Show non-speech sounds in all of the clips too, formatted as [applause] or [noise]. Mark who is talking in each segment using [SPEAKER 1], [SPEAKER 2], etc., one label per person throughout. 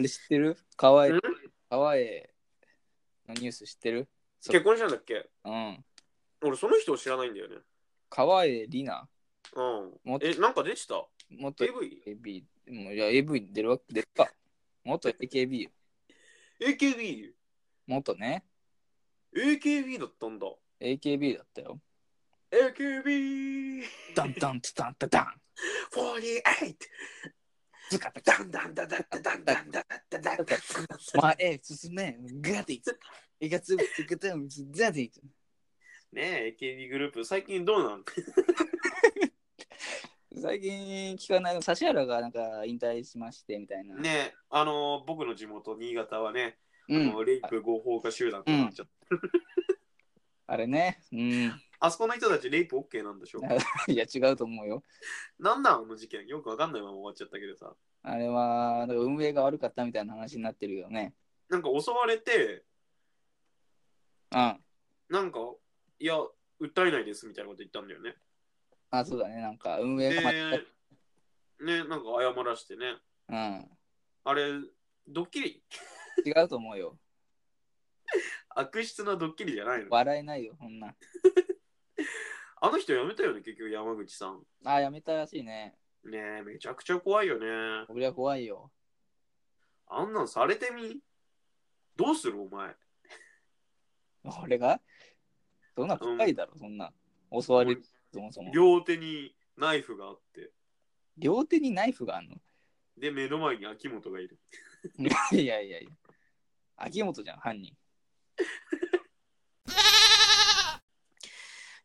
[SPEAKER 1] れ知ってる川
[SPEAKER 2] ん
[SPEAKER 1] 栄、川栄のニュース知ってるそう
[SPEAKER 2] 結婚したんだっけ
[SPEAKER 1] うん。
[SPEAKER 2] 俺その人を知らないんだよね。
[SPEAKER 1] 川栄里奈、
[SPEAKER 2] う
[SPEAKER 1] も
[SPEAKER 2] ん
[SPEAKER 1] っ。と
[SPEAKER 2] え、なんか出てた
[SPEAKER 1] 元
[SPEAKER 2] ?AV?AKB
[SPEAKER 1] AV、もういや AV 出るわけ出るか。元 AKB よ。
[SPEAKER 2] AKB?
[SPEAKER 1] 元ね、
[SPEAKER 2] AKB だったんだ。
[SPEAKER 1] AKB だったよ。
[SPEAKER 2] AKB!48!
[SPEAKER 1] ダンダンツダンダダンズカタ
[SPEAKER 2] ダ
[SPEAKER 1] カ
[SPEAKER 2] ンダンダダッダダンダンダダッダダッダ
[SPEAKER 1] 前へ進めガティツいかつぶつくてもザティツ
[SPEAKER 2] ねえ、AKB グループ、最近どうなん
[SPEAKER 1] 最近聞かないの指原がなんか引退しましてみたいな。
[SPEAKER 2] ねえ、あのー、僕の地元、新潟はね、
[SPEAKER 1] う
[SPEAKER 2] あ
[SPEAKER 1] ん。
[SPEAKER 2] のレイプ合法化集団となっちゃった。
[SPEAKER 1] あれね。うん。
[SPEAKER 2] あそこの人たち、レイプ OK なんでしょ
[SPEAKER 1] いや違うと思うよ。
[SPEAKER 2] なんなんあの事件、よくわかんないまま終わっちゃったけどさ。
[SPEAKER 1] あれはなんか運営が悪かったみたいな話になってるよね。
[SPEAKER 2] なんか襲われて、
[SPEAKER 1] うん。
[SPEAKER 2] なんか、いや、訴えないですみたいなこと言ったんだよね。
[SPEAKER 1] あ、そうだね。なんか運営
[SPEAKER 2] で
[SPEAKER 1] が、
[SPEAKER 2] ね、なんか謝らしてね。
[SPEAKER 1] うん。
[SPEAKER 2] あれ、ドッキリ
[SPEAKER 1] 違うと思うよ。
[SPEAKER 2] 悪質なドッキリじゃないの
[SPEAKER 1] 笑えないよ、こんな。
[SPEAKER 2] あの人辞めたよね、結局山口さん。
[SPEAKER 1] あ、やめたらしいね。
[SPEAKER 2] ねえ、めちゃくちゃ怖いよね。
[SPEAKER 1] 俺は怖いよ。
[SPEAKER 2] あんなんされてみどうするお前。
[SPEAKER 1] 俺がそんな怖いだろ、そんな。襲われる、そもそも。
[SPEAKER 2] 両手にナイフがあって、
[SPEAKER 1] 両手にナイフがあるの [laughs]
[SPEAKER 2] で、目の前に秋元がいる。
[SPEAKER 1] いやいやいや。秋元じゃん、犯人。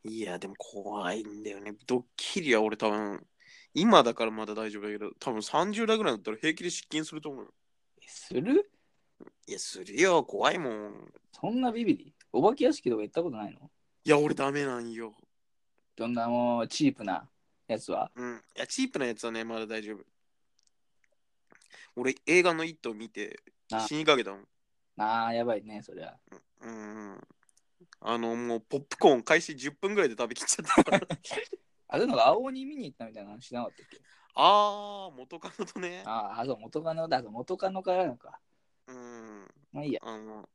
[SPEAKER 2] いや、でも怖いんだよね。ドッキリは俺多分、今だからまだ大丈夫だけど、多分30代ぐらいだったら平気で失禁すると思うよ。
[SPEAKER 1] する
[SPEAKER 2] いや、するよ、怖いもん。
[SPEAKER 1] そんなビビりお化け屋敷とか行ったことないの
[SPEAKER 2] いや、俺ダメなんよ。
[SPEAKER 1] どんなもうチープなやつは。
[SPEAKER 2] うん。いや、チープなやつはね、まだ大丈夫。俺、映画の「イット!」見て
[SPEAKER 1] あ
[SPEAKER 2] 死にかけたもん。
[SPEAKER 1] あー、やばいね、そりゃ。
[SPEAKER 2] うん。あの、もうポップコーン開始10分ぐらいで食べきっちゃ [laughs] った。
[SPEAKER 1] あ、でもなんか青鬼見に行ったみたいな話しなかったっけ
[SPEAKER 2] あー、元カノとね。
[SPEAKER 1] あーあ、そう、元カノだ、そう元カノからなのか。
[SPEAKER 2] うん。
[SPEAKER 1] まあいいや。
[SPEAKER 2] あの、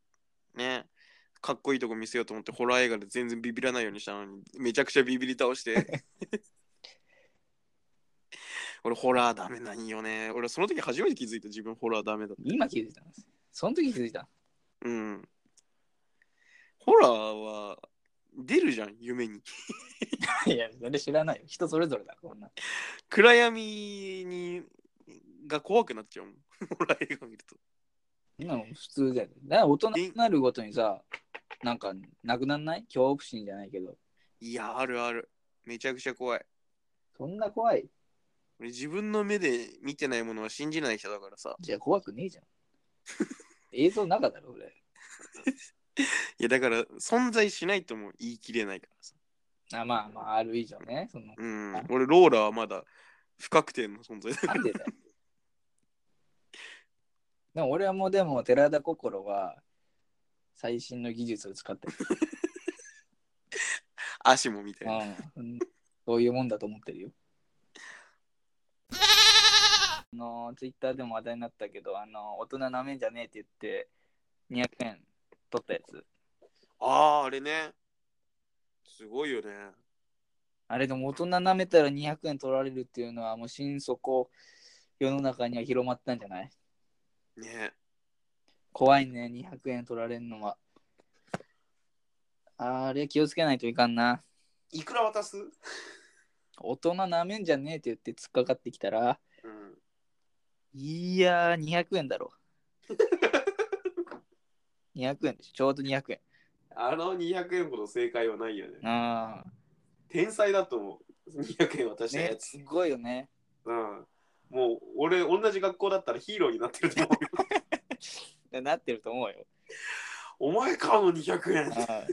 [SPEAKER 2] ね。かっこいいとこ見せようと思ってホラー映画で全然ビビらないようにしたのにめちゃくちゃビビり倒して俺ホラーダメなんよね俺その時初めて気づいた自分ホラーダメだって
[SPEAKER 1] 今気づいたんです。その時気づいた。
[SPEAKER 2] うんホラーは出るじゃん夢に
[SPEAKER 1] [laughs] いや、それ知らないよ。人それぞれだ、こんな。
[SPEAKER 2] 暗闇にが怖くなっちゃうもん [laughs] ホラー映画見ると
[SPEAKER 1] 今も普通だよね。だから大人
[SPEAKER 2] で
[SPEAKER 1] になるごとにさ、なんか、なくなんない恐怖心じゃないけど。
[SPEAKER 2] いやあるあるめちゃくちゃ怖い
[SPEAKER 1] そんな怖い。
[SPEAKER 2] 俺自分の目で見てないものは信じない人だからさ
[SPEAKER 1] じゃあ怖くねえじゃ [laughs] ん。映像中だろ、俺。
[SPEAKER 2] いやだから存在しないとも言い切れないからさ
[SPEAKER 1] あまあまあ、ある以上ね。その、
[SPEAKER 2] うん
[SPEAKER 1] あ
[SPEAKER 2] 俺ローラはまだ不確定の存在だ [laughs] か
[SPEAKER 1] な
[SPEAKER 2] ら
[SPEAKER 1] んでだ [laughs] よ。でも俺はもうでも、寺田心は最新の技術を使ってる。
[SPEAKER 2] 足もみたいな
[SPEAKER 1] うん。そういうもんだと思ってるよ。あの、ツイッターでも話題になったけど、あの、大人なめんじゃねえって言って、200円取ったやつ。
[SPEAKER 2] あーあれねすごいよね
[SPEAKER 1] あれでも大人舐めたら200円取られるっていうのはもう心底世の中には広まったんじゃない
[SPEAKER 2] ね
[SPEAKER 1] 怖いね、200円取られるのは。あれ気をつけないといかんな。
[SPEAKER 2] いくら渡す
[SPEAKER 1] 大人舐めんじゃねえって言って突っかかってきたら、
[SPEAKER 2] うん
[SPEAKER 1] いやー、200円だろ。200円でしょ、ちょうど200円。
[SPEAKER 2] あの200円ほど正解はないよね
[SPEAKER 1] ああ、
[SPEAKER 2] 天才だと思う200円渡した
[SPEAKER 1] ね
[SPEAKER 2] や、つ、
[SPEAKER 1] すごいよね。
[SPEAKER 2] うんもう俺同じ学校だったらヒーローになってると思 [laughs] うよ
[SPEAKER 1] [laughs] なってると思うよ。
[SPEAKER 2] お前かあの200円
[SPEAKER 1] あー